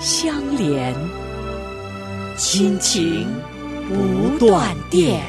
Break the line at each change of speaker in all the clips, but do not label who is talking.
相连，亲情不断电。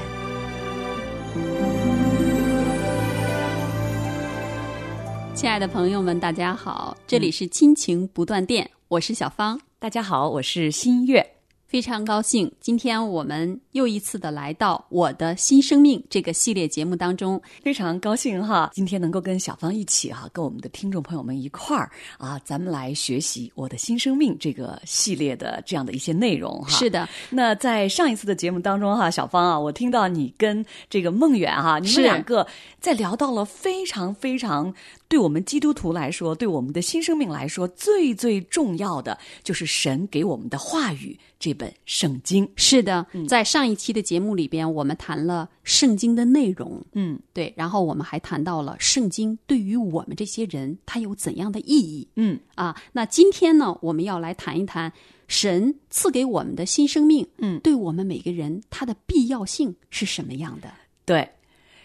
亲爱的朋友们，大家好，这里是亲情不断电，我是小芳。
大家好，我是新月。
非常高兴，今天我们又一次的来到《我的新生命》这个系列节目当中。
非常高兴哈，今天能够跟小芳一起哈、跟我们的听众朋友们一块儿啊，咱们来学习《我的新生命》这个系列的这样的一些内容哈。
是的，
那在上一次的节目当中哈，小芳啊，我听到你跟这个梦远哈，你
是
们两个在聊到了非常非常对我们基督徒来说，对我们的新生命来说最最重要的就是神给我们的话语这本圣经。
是的，在上一期的节目里边，我们谈了圣经的内容，
嗯
对，然后我们还谈到了圣经对于我们这些人它有怎样的意义
嗯
啊。那今天呢，我们要来谈一谈神赐给我们的新生命，
嗯
对我们每个人它的必要性是什么样的？
对，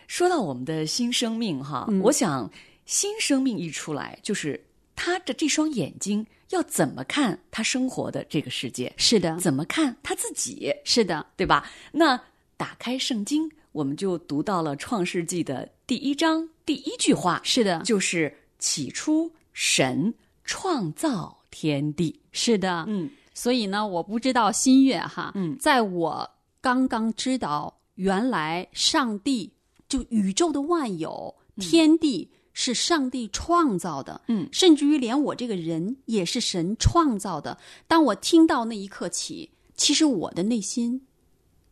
说到我们的新生命哈，我想新生命一出来，就是他的这双眼睛要怎么看他生活的这个世界，
是的，
怎么看他自己，
是的，
对吧？那打开圣经，我们就读到了创世纪的第一章第一句话，
是的，
就是起初神创造天地。
是的，
嗯，
所以呢，我不知道新月哈，
嗯
在我刚刚知道原来上帝就宇宙的万有、天地是上帝创造的，
嗯
甚至于连我这个人也是神创造的。当我听到那一刻起，其实我的内心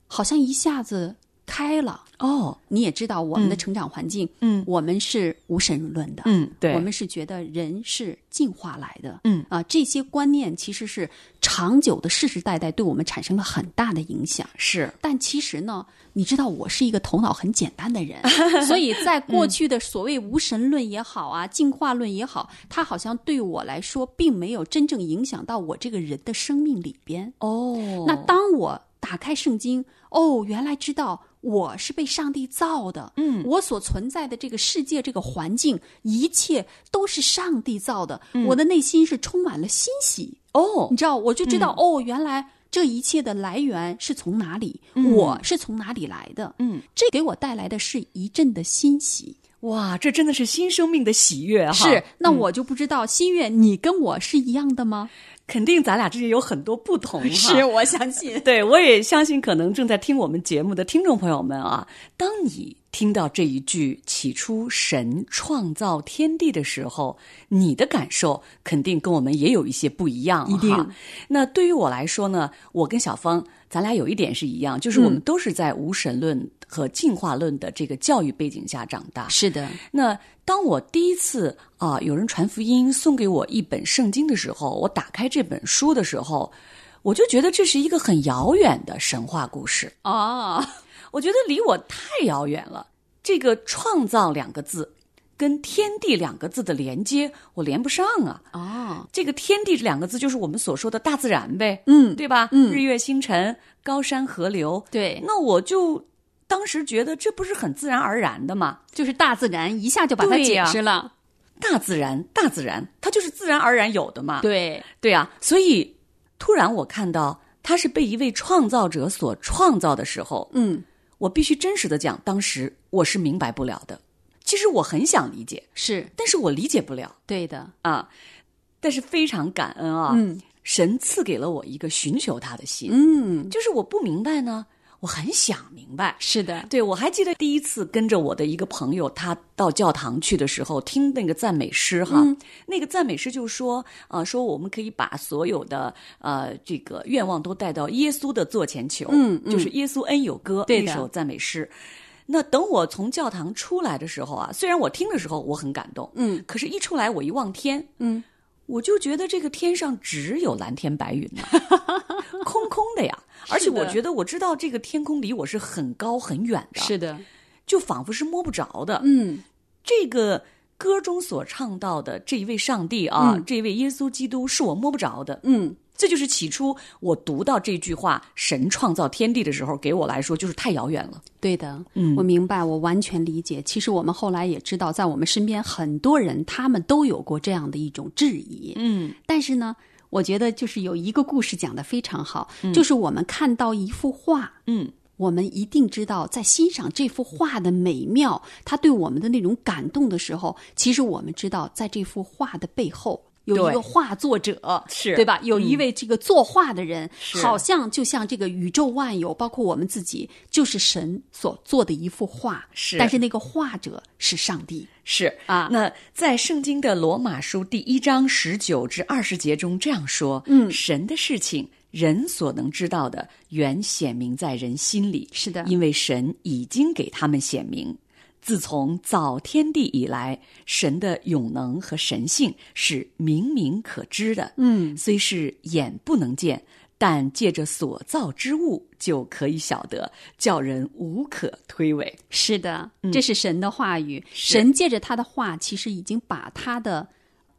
好像一下子开了。
哦，
你也知道我们的成长环境，
嗯
我们是无神论论的，
嗯，对，
我们是觉得人是进化来的，
嗯
啊，这些观念其实是长久的世世代代对我们产生了很大的影响。
是
但其实呢，你知道我是一个头脑很简单 的人，所以在过
嗯
去的所谓无神论也好啊，进化论也好，它好像对我来说并没有真正影响到我这个人的生命里边。
哦，
那当我打开圣经，哦，原来知道我是被上帝造的，
嗯，
我所存在的这个世界、这个环境，一切都是上帝造的，我的内心是充满了欣喜。
哦
你，知道，我就知道，哦，原来这一切的来源是从哪里，我是从哪里来的，
嗯，
这给我带来的是一阵的欣喜。
哇，这真的是新生命的喜悦哈！
是，那我就不知道，新月，你跟我是一样的吗？
肯定咱俩之间有很多不同哈。，
我相信。
对我也相信，可能正在听我们节目的听众朋友们啊，当你听到这一句“起初神创造天地”的时候，你的感受肯定跟我们也有一些不一样。
一定
哈。那对于我来说呢，我跟小芳，咱俩有一点是一样，就是我们
嗯
都是在无神论和进化论的这个教育背景下长大。
是的，
那当我第一次啊、有人传福音送给我一本圣经的时候，我打开这本书的时候，我就觉得这是一个很遥远的神话故事，
哦，
我觉得离我太遥远了。这个“创造”两个字跟“天地”两个字的连接，我连不上啊。
哦，
这个“天地”这两个字就是我们所说的大自然呗，
嗯，
对吧？
嗯
日月星辰、高山河流，
对，
那我就当时觉得这不是很自然而然的吗？
就是大自然一下就把它
对
解
呀
释了。
大自然，大自然，它就是自然而然有的嘛。
对，
对啊，所以突然我看到它是被一位创造者所创造的时候，
嗯，
我必须真实的讲，当时我是明白不了的。其实我很想理解，
是
但是我理解不了
对的。
啊。但是非常感恩啊，
嗯
神赐给了我一个寻求他的心。
嗯，
就是我不明白呢，我很想明白。
是的，
对，我还记得第一次跟着我的一个朋友，他到教堂去的时候，听那个赞美诗哈，
嗯
那个赞美诗就说，啊，说我们可以把所有的呃这个愿望都带到耶稣的座前求，
嗯嗯
就是耶稣恩有歌
对
那
的
首赞美诗。那等我从教堂出来的时候啊，虽然我听的时候我很感动，
嗯
可是一出来我一望天，
嗯，
我就觉得这个天上只有蓝天白云呐，空空的 呀。而且
是的
我觉得我知道这个天空离我是很高很远的，
是的，
就仿佛是摸不着的。
嗯，
这个歌中所唱到的这一位上帝啊，
嗯
这一位耶稣基督是我摸不着的。
嗯，
这就是起初我读到这句话“神创造天地”的时候，给我来说就是太遥远了。
对的，
嗯
我明白，我完全理解。其实我们后来也知道，在我们身边很多人，他们都有过这样的一种质疑。
嗯，
但是呢，我觉得就是有一个故事讲得非常好，就是我们看到一幅画，
嗯，
我们一定知道，在欣赏这幅画的美妙，它对我们的那种感动的时候，其实我们知道，在这幅画的背后。有一
对
个画作者，
是嗯
对吧？有一位这个作画的人，
是
好像就像这个宇宙万有，包括我们自己，就是神所做的一幅画。
是
但是那个画者是上帝
是
啊。
那在圣经的罗马书第一章十九至二十节中这样说：嗯，神的事情，人所能知道的，原显明在人心里。
是的
因为神已经给他们显明。自从造天地以来，神的永能和神性是明明可知的。
嗯，
虽是眼不能见，但借着所造之物就可以晓得，叫人无可推诿。
是的，这是神的话语。神借着他的话，其实已经把他的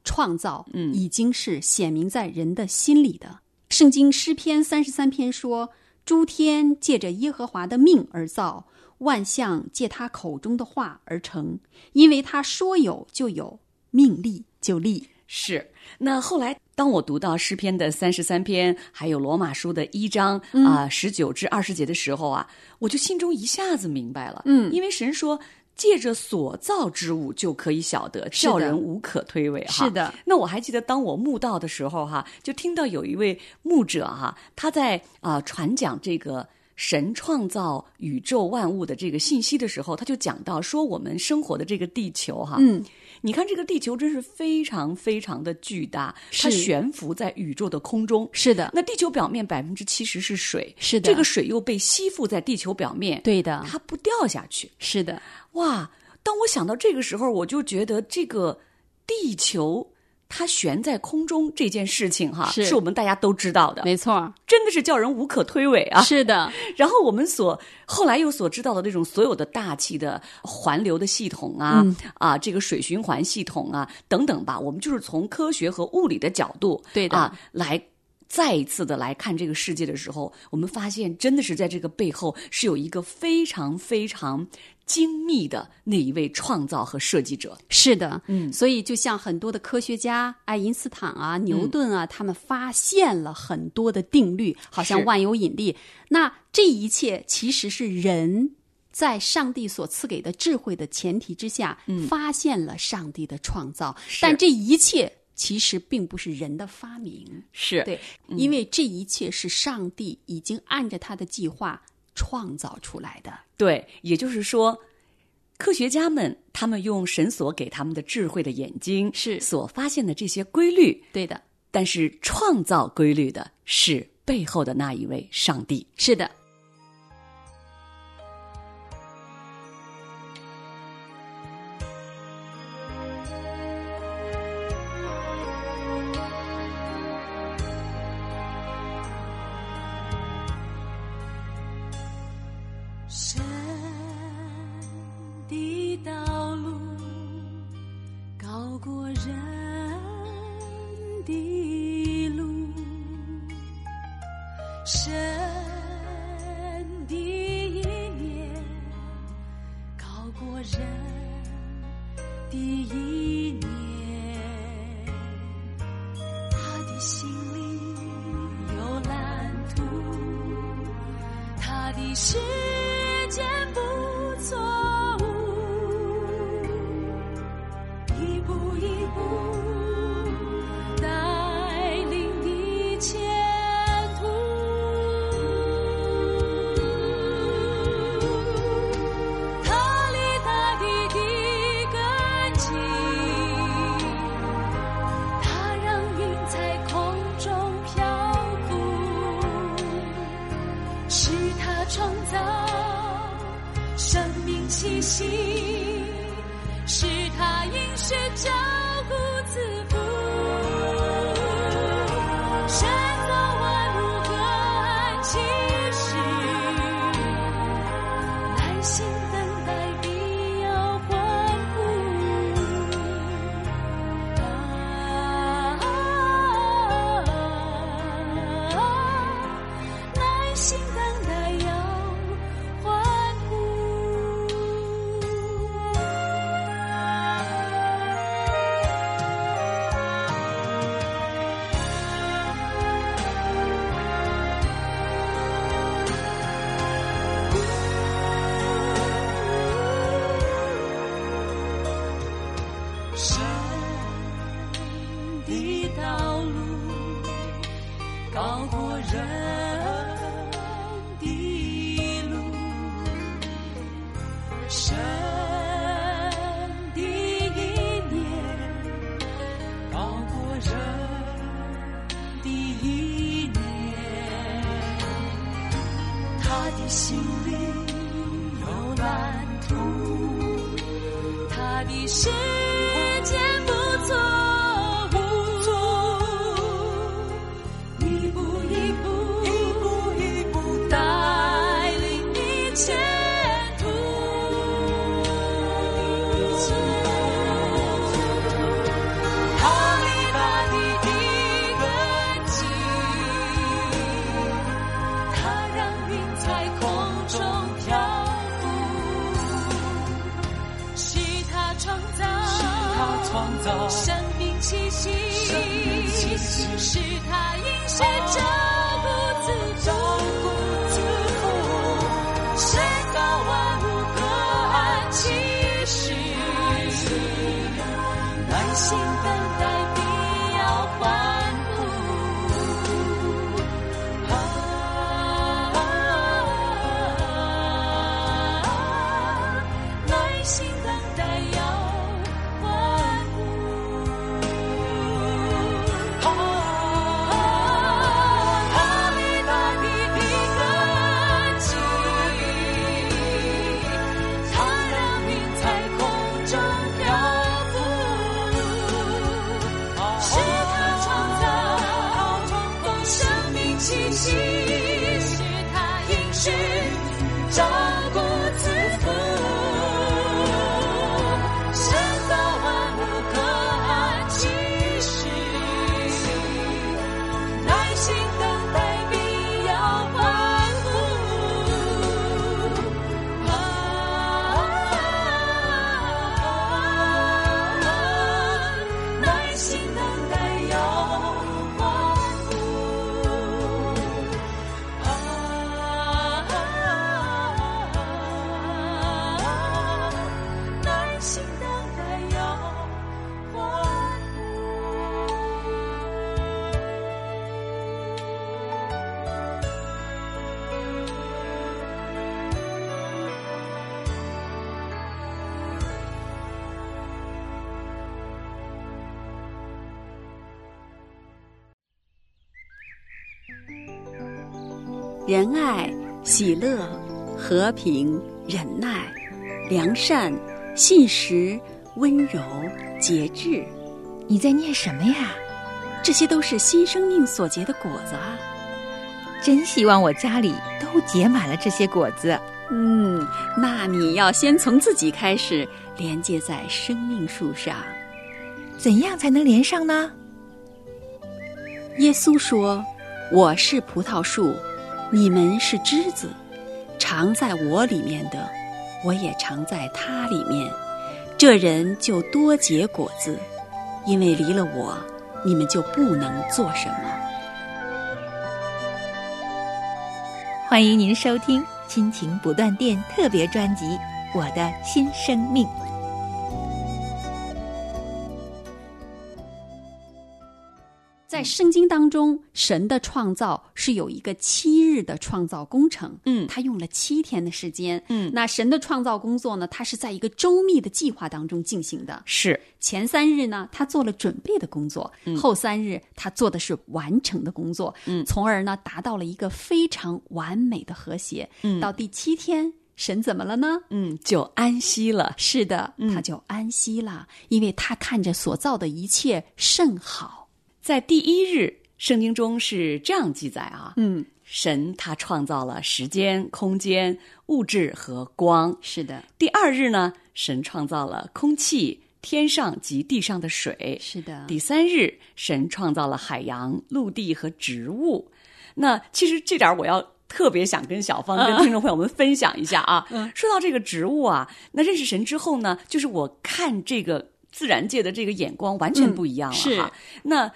创造，嗯，已经是显明在人的心里的。圣经诗篇三十三篇说：“诸天借着耶和华的命而造，万象借他口中的话而成，因为他说有就有，命立就立。
是，那后来当我读到诗篇的三十三篇，还有罗马书的一章
嗯
啊十九至二十节的时候啊，我就心中一下子明白了，
嗯
因为神说。借着所造之物就可以晓得，
是的
叫人无可推诿哈。
是的，
那我还记得当我慕道的时候哈，就听到有一位牧者哈，他在啊、传讲这个神创造宇宙万物的这个信息的时候，他就讲到说我们生活的这个地球哈，
嗯，
你看这个地球真是非常非常的巨大，它
是
悬浮在宇宙的空中。
是的，
那地球表面百分之七十是水，
是的
这个水又被吸附在地球表面，
对的，
它不掉下去。
是的，
哇！当我想到这个时候，我就觉得这个地球它悬在空中这件事情哈，
是
我们大家都知道的，
没错，
真的是叫人无可推诿啊。
是的，
然后我们所后来又所知道的那种所有的大气的环流的系统啊、
嗯
啊，这个水循环系统啊等等吧，我们就是从科学和物理的角度
对的
啊来。再一次的来看这个世界的时候，我们发现真的是在这个背后是有一个非常非常精密的那一位创造和设计者。
是的，
嗯
所以就像很多的科学家，爱因斯坦啊、牛顿啊，他们发现了很多的定律，好像
是
万有引力。那这一切其实是人在上帝所赐给的智慧的前提之下，发现了上帝的创造，
嗯是
但这一切其实并不是人的发明，
是
对，
嗯
因为这一切是上帝已经按着他的计划创造出来的。
对，也就是说，科学家们他们用神所给他们的智慧的眼睛
是
所发现的这些规律，
对的，
但是创造规律的是背后的那一位上帝。
是的，
神的道路高过人的路，神的意念高过人的意念，他的心里有蓝图。他的时间不错误，一步一步带领你前途。他离大地的更近，他让云在空中飘过。是他创造生命气息，是他应许照顾自负。的道路，高过人的路，神的意念高过人的意念。他的心里有蓝图，他的时间不错误，一步一步，一步一步带领你前途。哈利巴的一个记。它让云在空中漂浮，是它创造，是它创造生命气息，生命气息是它因谁照顾自照顾自顾，宣告万物可安其息，耐心等待必要欢呼。啊！耐心等待，要欢呼。啊！哈利巴的一个记，它让云在空中漂浮。是他创造，风生命气息，是他应许，照顾自负，生造万物可安其时，耐心等待必要欢呼。啊！耐心等待要欢呼。啊！耐心等待要欢呼。
仁爱、喜乐、和平、忍耐、良善、信实、温柔、节制，
你在念什么呀？
这些都是新生命所结的果子啊。
真希望我家里都结满了这些果子。
嗯，那你要先从自己开始，连接在生命树上。
怎样才能连上呢？
耶稣说：“我是葡萄树，你们是枝子，常在我里面的，我也常在他里面。这人就多结果子，因为离了我，你们就不能做什么。
欢迎您收听《亲情不断电》特别专辑《我的新生命》。
在圣经当中，神的创造是有一个七日的创造工程，
嗯
他用了七天的时间，
嗯
那神的创造工作呢，它是在一个周密的计划当中进行的。
是
前三日呢，他做了准备的工作；后三日，他做的是完成的工作，
嗯
从而呢，达到了一个非常完美的和谐。
嗯
到第七天，神怎么了呢？
嗯，就安息了。嗯
是的，他就安息了，因为他看着所造的一切甚好。
在第一日，圣经中是这样记载啊，
嗯，
神他创造了时间、空间、物质和光。
是的，
第二日呢，神创造了空气、天上及地上的水。
是的，
第三日，神创造了海洋、陆地和植物。那其实这点儿我要特别想跟小芳、跟听众朋友们分享一下啊。
嗯
说到这个植物啊，那认识神之后呢，就是我看这个自然界的这个眼光完全不一样了
嗯是
哈。那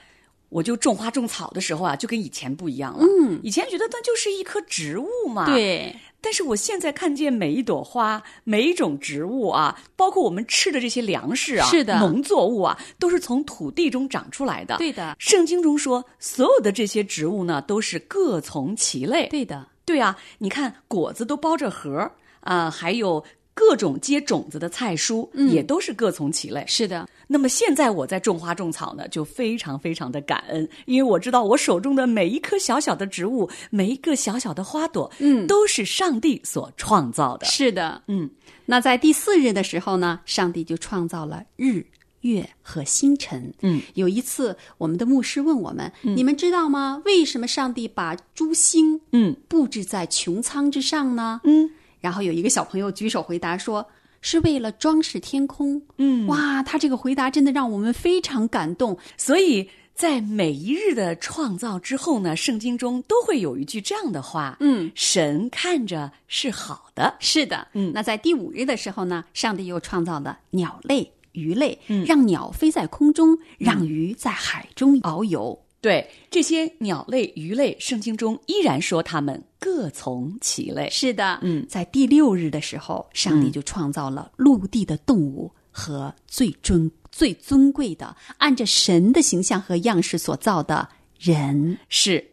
我就种花种草的时候啊，就跟以前不一样了。嗯，以前觉得那就是一棵植物嘛。。
对，
但是我现在看见每一朵花、每一种植物啊，包括我们吃的这些粮食啊，
是的
农作物啊，都是从土地中长出来的。
对的，
圣经中说，所有的这些植物呢，都是各从其类。
对的，
对啊，你看果子都包着核儿啊、还有各种结种子的菜蔬、也都是各从其类。
嗯是的，
那么现在我在种花种草呢，就非常非常的感恩，因为我知道我手中的每一棵小小的植物，每一个小小的花朵，
嗯
都是上帝所创造的。
是的。
嗯，
那在第四日的时候呢，上帝就创造了日、月和星辰。
嗯，
有一次我们的牧师问我们：“你们知道吗？为什么上帝把诸星
嗯
布置在穹苍之上呢？”
嗯，
然后有一个小朋友举手回答说：“是为了装饰天空。”
嗯
哇，他这个回答真的让我们非常感动。
所以在每一日的创造之后呢，圣经中都会有一句这样的话：
嗯，
神看着是好的。
是的，
嗯
那在第五日的时候呢，上帝又创造了鸟类、鱼类，让鸟飞在空中，让鱼在海中遨游。
对这些鸟类、鱼类，圣经中依然说它们各从其类。
是的，
嗯
在第六日的时候，上帝就创造了陆地的动物和最尊最尊贵的，按着神的形象和样式所造的人。
是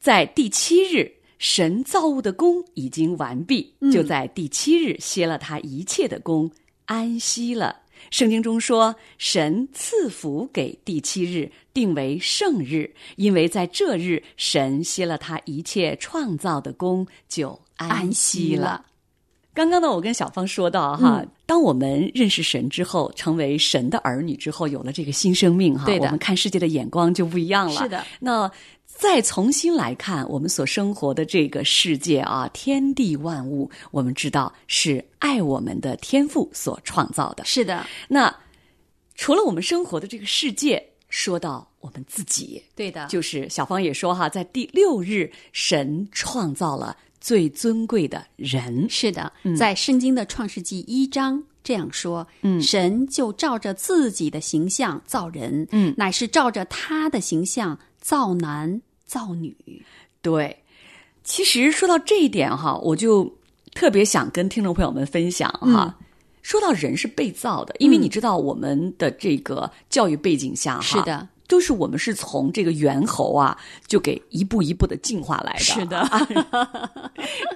在第七日，神造物的功已经完毕，就在第七日歇了他一切的功，安息了。圣经中说，神赐福给第七日，定为圣日，因为在这日，神歇了他一切创造的功，就安息了。刚刚呢，我跟小芳说到哈，
嗯
当我们认识神之后，成为神的儿女之后，有了这个新生命哈，
对的
我们看世界的眼光就不一样了。
是的，
那再重新来看我们所生活的这个世界啊，天地万物，我们知道是爱我们的天赋所创造的。
是的，
那除了我们生活的这个世界，说到我们自己，
对的，
就是小芳也说哈，在第六日，神创造了最尊贵的人。
是的，在圣经的创世纪一章这样说，嗯，神就照着自己的形象造人，
嗯
乃是照着他的形象造男造女，
对，其实说到这一点哈，我就特别想跟听众朋友们分享哈。
嗯
说到人是被造的，因为你知道我们的这个教育背景下哈，
是的，
都是我们是从这个猿猴啊，就给一步一步的进化来的。
是的
啊，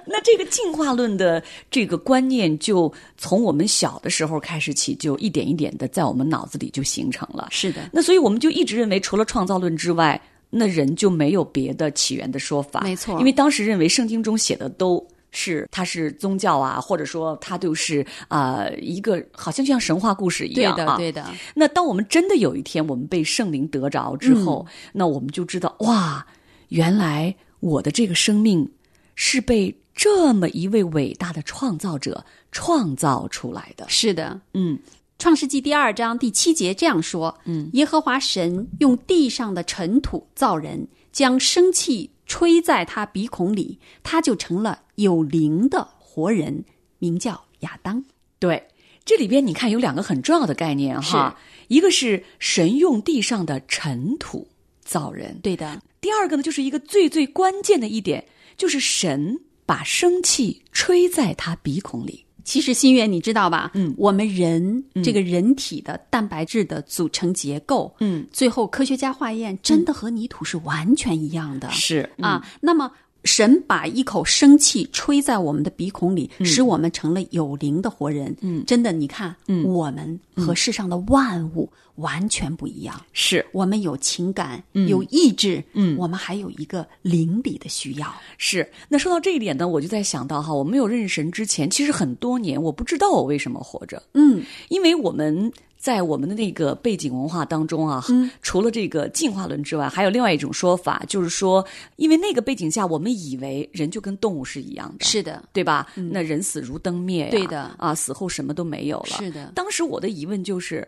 那这个进化论的这个观念，就从我们小的时候开始起，就一点一点的在我们脑子里就形成了。
是的，
那所以我们就一直认为，除了创造论之外，那人就没有别的起源的说法。
没错
因为当时认为圣经中写的都。是，它是宗教啊，或者说它就是啊、呃一个好像就像神话故事一
对
样
的
啊。，
对的，
那当我们真的有一天我们被圣灵得着之后，
嗯
那我们就知道，哇，原来我的这个生命是被这么一位伟大的创造者创造出来的。
是的。
嗯，
创世纪第二章第七节这样说：“嗯，耶和华神用地上的尘土造人，将生气吹在他鼻孔里，他就成了有灵的活人，名叫亚当。
对，这里边你看有两个很重要的概念哈，一个是神用地上的尘土造人，
对的，
第二个呢就是一个最最关键的一点，就是神把生气吹在他鼻孔里。
其实心愿你知道吧？
嗯
我们人、
嗯
这个人体的蛋白质的组成结构，
嗯，
最后科学家化验真的和泥土是完全一样的、
是
啊。那么神把一口生气吹在我们的鼻孔
嗯
里，使我们成了有灵的活人。嗯，真的，你看，嗯我们和世上的万物完全不一样。
是
我们有情感，有意志，
嗯
我们还有一个灵里的需要。
是。那说到这一点呢，我就在想到哈，我没有认识神之前，其实很多年我不知道我为什么活着。
嗯，
因为我们在我们的那个背景文化当中啊，
嗯
除了这个进化论之外，还有另外一种说法，就是说，因为那个背景下，我们以为人就跟动物是一样的，
是的，
对吧？那人死如灯灭呀、
对的
啊，死后什么都没有了。
是的
当时我的疑问就是，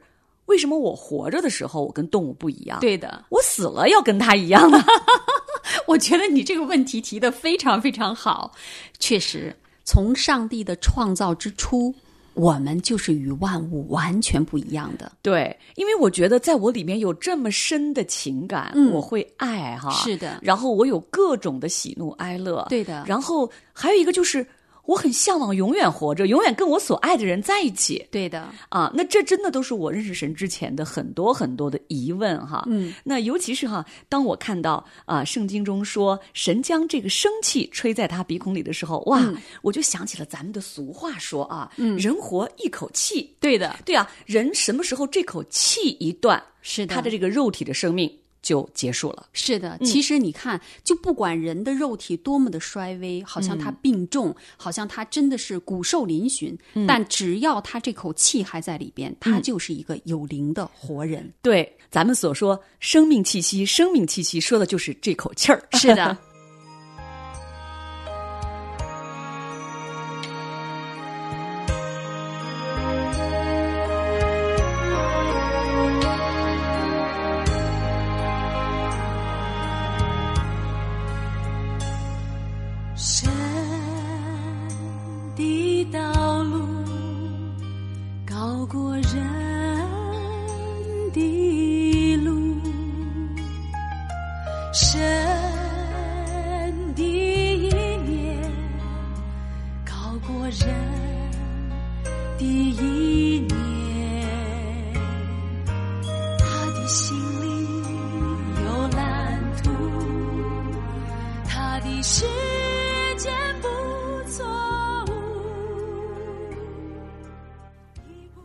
为什么我活着的时候，我跟动物不一样？。
对的。
我死了要跟它一样呢？
我觉得你这个问题提的非常非常好，确实，从上帝的创造之初，我们就是与万物完全不一样的。
对，因为我觉得在我里面有这么深的情感，
嗯
我会爱哈，
是的
然后我有各种的喜怒哀乐，
对的
然后还有一个就是，我很向往永远活着，永远跟我所爱的人在一起
对的，
啊。那这真的都是我认识神之前的很多很多的疑问哈。
嗯，
那尤其是哈，当我看到啊、圣经中说神将这个生气吹在他鼻孔里的时候，哇，
嗯
我就想起了咱们的俗话说啊，嗯、人活一口气。
对的，
对啊，人什么时候这口气一断，
是的，嗯
他的这个肉体的生命就结束了。
是的，其实你看，就不管人的肉体多么的衰微，好像他病重，好像他真的是骨瘦嶙峋，但只要他这口气还在里边，他就是一个有灵的活人。
对，咱们所说生命气息，生命气息说的就是这口气儿。
是的，
神的道路高过人的路，神的意念高过人的意念，他的心里有蓝图。他的时间不错误。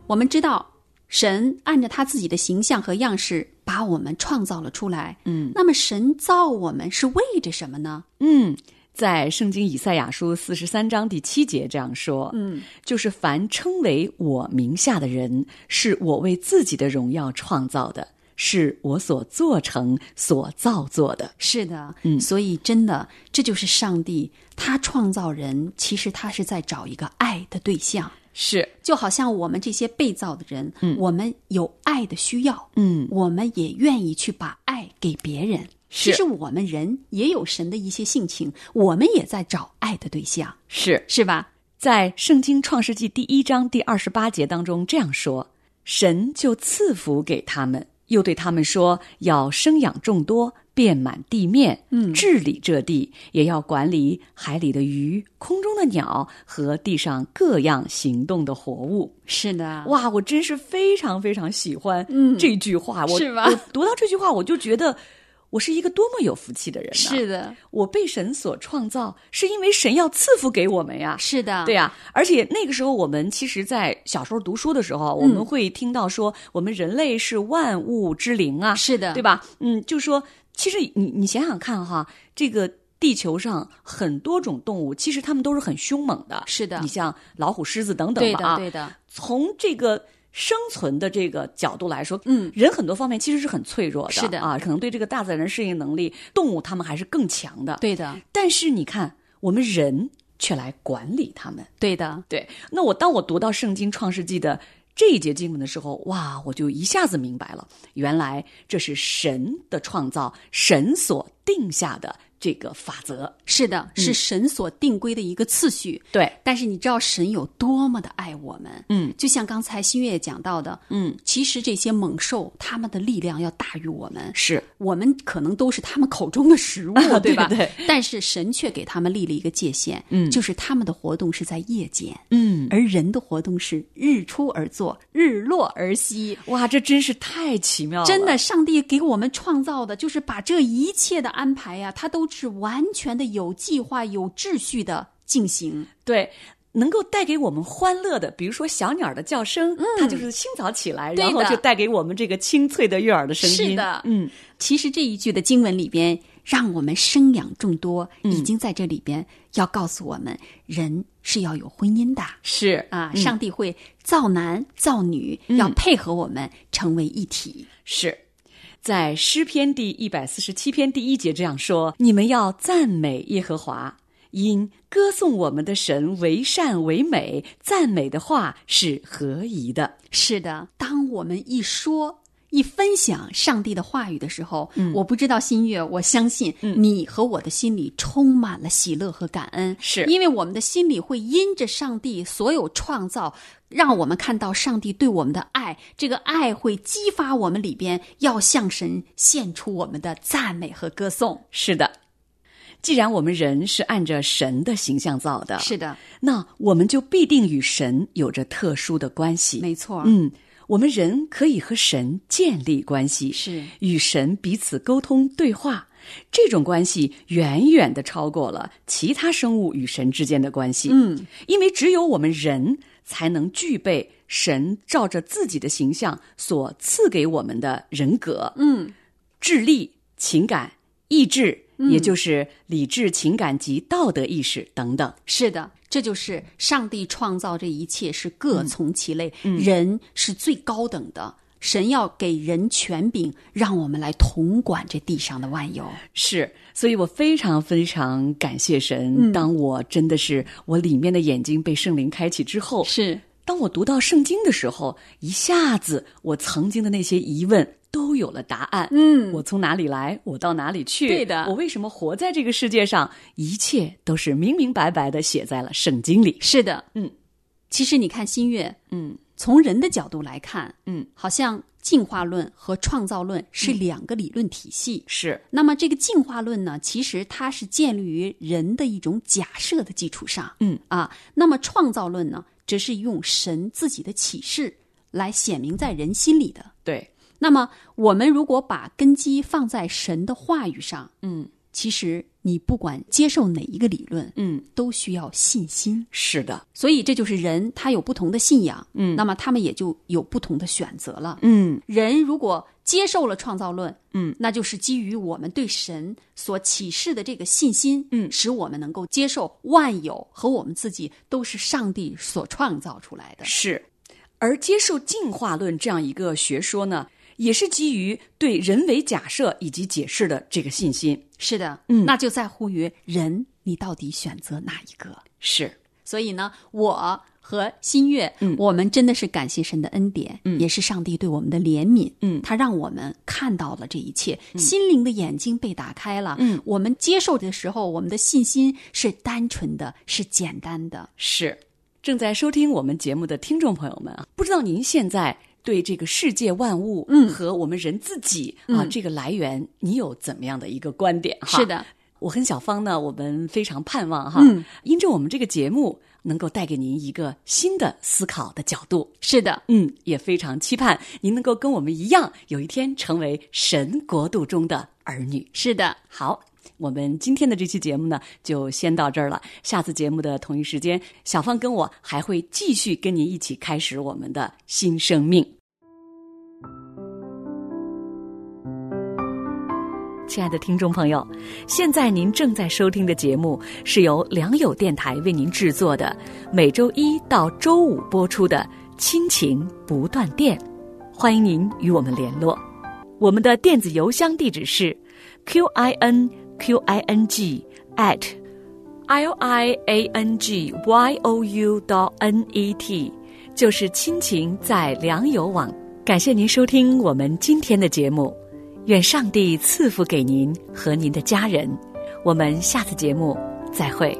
我们知道，神按照他自己的形象和样式把我们创造了出来。
嗯
那么神造我们是为着什么呢？
嗯，在圣经以赛亚书四十三章第七节这样说，嗯，就是凡称为我名下的人，是我为自己的荣耀创造的，是我所做成、所造作的。
是的，
嗯
所以真的，这就是上帝他创造人，其实他是在找一个爱的对象。
是，
就好像我们这些被造的人，我们有爱的需要，
嗯，
我们也愿意去把爱给别人。
是
其实我们人也有神的一些性情，我们也在找爱的对象，
是。
是吧？
在《圣经·创世纪》第一章第二十八节当中这样说：“神就赐福给他们，又对他们说，要生养众多，遍满地面，嗯，治理这地，也要管理海里的鱼、空中的鸟和地上各样行动的活物。”
是的哇，
哇，我真是非常非常喜欢这句话，我
嗯是吧
我读到这句话，我就觉得我是一个多么有福气的人、呐！
是的，
我被神所创造，是因为神要赐福给我们呀。
是的，
对呀、而且那个时候我们其实，在小时候读书的时候，我们
嗯
会听到说，我们人类是万物之灵啊，
是的，
对
吧？
吧？嗯，就说其实你你想想看哈，这个地球上很多种动物，其实它们都是很凶猛的，
是的
你像老虎、狮子等等
对
吧
的，
啊，
对的，
从这个生存的这个角度来说，
嗯
人很多方面其实是很脆弱的，
是的
啊，可能对这个大自然的适应能力，动物它们还是更强的。，
对的，
但是你看，我们人却来管理它们。
对的，
对，那我当我读到圣经创世纪的这一节经文的时候，哇，我就一下子明白了，原来这是神的创造，神所定下的这个法则。
是的，
嗯
是神所定规的一个次序。
对，
但是你知道神有多么的爱我们？
嗯，
就像刚才新月也讲到的，
嗯，
其实这些猛兽它们的力量要大于我们，
是，
我们可能都是他们口中的食物 对吧？
对对
但是神却给他们立了一个界限，
嗯
就是他们的活动是在夜间，
嗯，
而人的活动是日出而作，日落而息。
哇，这真是太奇妙了，
真的，上帝给我们创造的，就是把这一切的安排呀、它都是完全的有计划、有秩序的进行。
对。能够带给我们欢乐的，比如说小鸟的叫声，它就是清早起来，
嗯对
然后
的
就带给我们这个清脆的悦耳的声音。
是的
嗯，
其实这一句的经文里边，让我们生养众多，
嗯
已经在这里边要告诉我们，人是要有婚姻的。
是
啊，
嗯
上帝会造男造女，要配合我们成为一体。
是在诗篇第一百四十七篇第一节这样说：“你们要赞美耶和华，因歌颂我们的神为善为美，赞美的话是合宜的。
是的，当我们一说。一分享上帝的话语的时候，我不知道新月，我相信你和我的心里充满了喜乐和感恩，
是
因为我们的心里会因着上帝所有创造，让我们看到上帝对我们的爱，这个爱会激发我们里边要向神献出我们的赞美和歌颂。”
是的。既然我们人是按着神的形象造的，
是的，
那我们就必定与神有着特殊的关系。
没错，
嗯，我们人可以和神建立关系，
是
与神彼此沟通对话。这种关系远远的超过了其他生物与神之间的关系。
嗯，
因为只有我们人才能具备神照着自己的形象所赐给我们的人格、
嗯，
智力、情感、意志，也就是理智、情感及道德意识等等。
是的，这就是上帝创造这一切是各
嗯
从其类，人是最高等的。神要给人权柄，让我们来统管这地上的万有。
是，所以我非常非常感谢神。
嗯
当我真的是我里面的眼睛被圣灵开启之后，
是
当我读到圣经的时候，一下子我曾经的那些疑问都有了答案。
嗯
我从哪里来，我到哪里去？
对的
我为什么活在这个世界上？一切都是明明白白的写在了圣经里。
是的，
嗯。
其实你看新月，
嗯，
从人的角度来看，
嗯，
好像进化论和创造论是两个理论体系。
是
那么这个进化论呢，其实它是建立于人的一种假设的基础上，
嗯
啊，那么创造论呢，则是用神自己的启示来显明在人心里的。
对，
那么我们如果把根基放在神的话语上，
嗯
其实你不管接受哪一个理论，
嗯，
都需要信心。
是的，
所以这就是人他有不同的信仰，
嗯
那么他们也就有不同的选择了。
嗯
人如果接受了创造论，
嗯，
那就是基于我们对神所启示的这个信心，
嗯
使我们能够接受万有和我们自己都是上帝所创造出来的。
是。而接受进化论这样一个学说呢，也是基于对人为假设以及解释的这个信心。
是的，
嗯
那就在乎于人，你到底选择哪一个？
是，
所以呢，我和新月，
嗯
我们真的是感谢神的恩典，
嗯
也是上帝对我们的怜悯，
嗯
他让我们看到了这一切，心灵的眼睛被打开了，
嗯
我们接受的时候，我们的信心是单纯的，是简单的，
是，正在收听我们节目的听众朋友们啊，不知道您现在对这个世界万物，
嗯
和我们人自己啊、
嗯
这个来源，你有怎么样的一个观点？哈，
是的，
我跟小芳呢，我们非常盼望哈，
嗯
因着我们这个节目能够带给您一个新的思考的角度。
是的，
嗯，也非常期盼您能够跟我们一样，有一天成为神国度中的儿女。
是的，
好，我们今天的这期节目呢，就先到这儿了。下次节目的同一时间，小芳跟我还会继续跟您一起开始我们的新生命。亲爱的听众朋友，现在您正在收听的节目是由良友电台为您制作的，每周一到周五播出的《亲情不断电》，欢迎您与我们联络。我们的电子邮箱地址是 q i n q i n g at l i a n g y o u dot n e t，就是亲情在良友网。感谢您收听我们今天的节目，愿上帝赐福给您和您的家人。我们下次节目再会。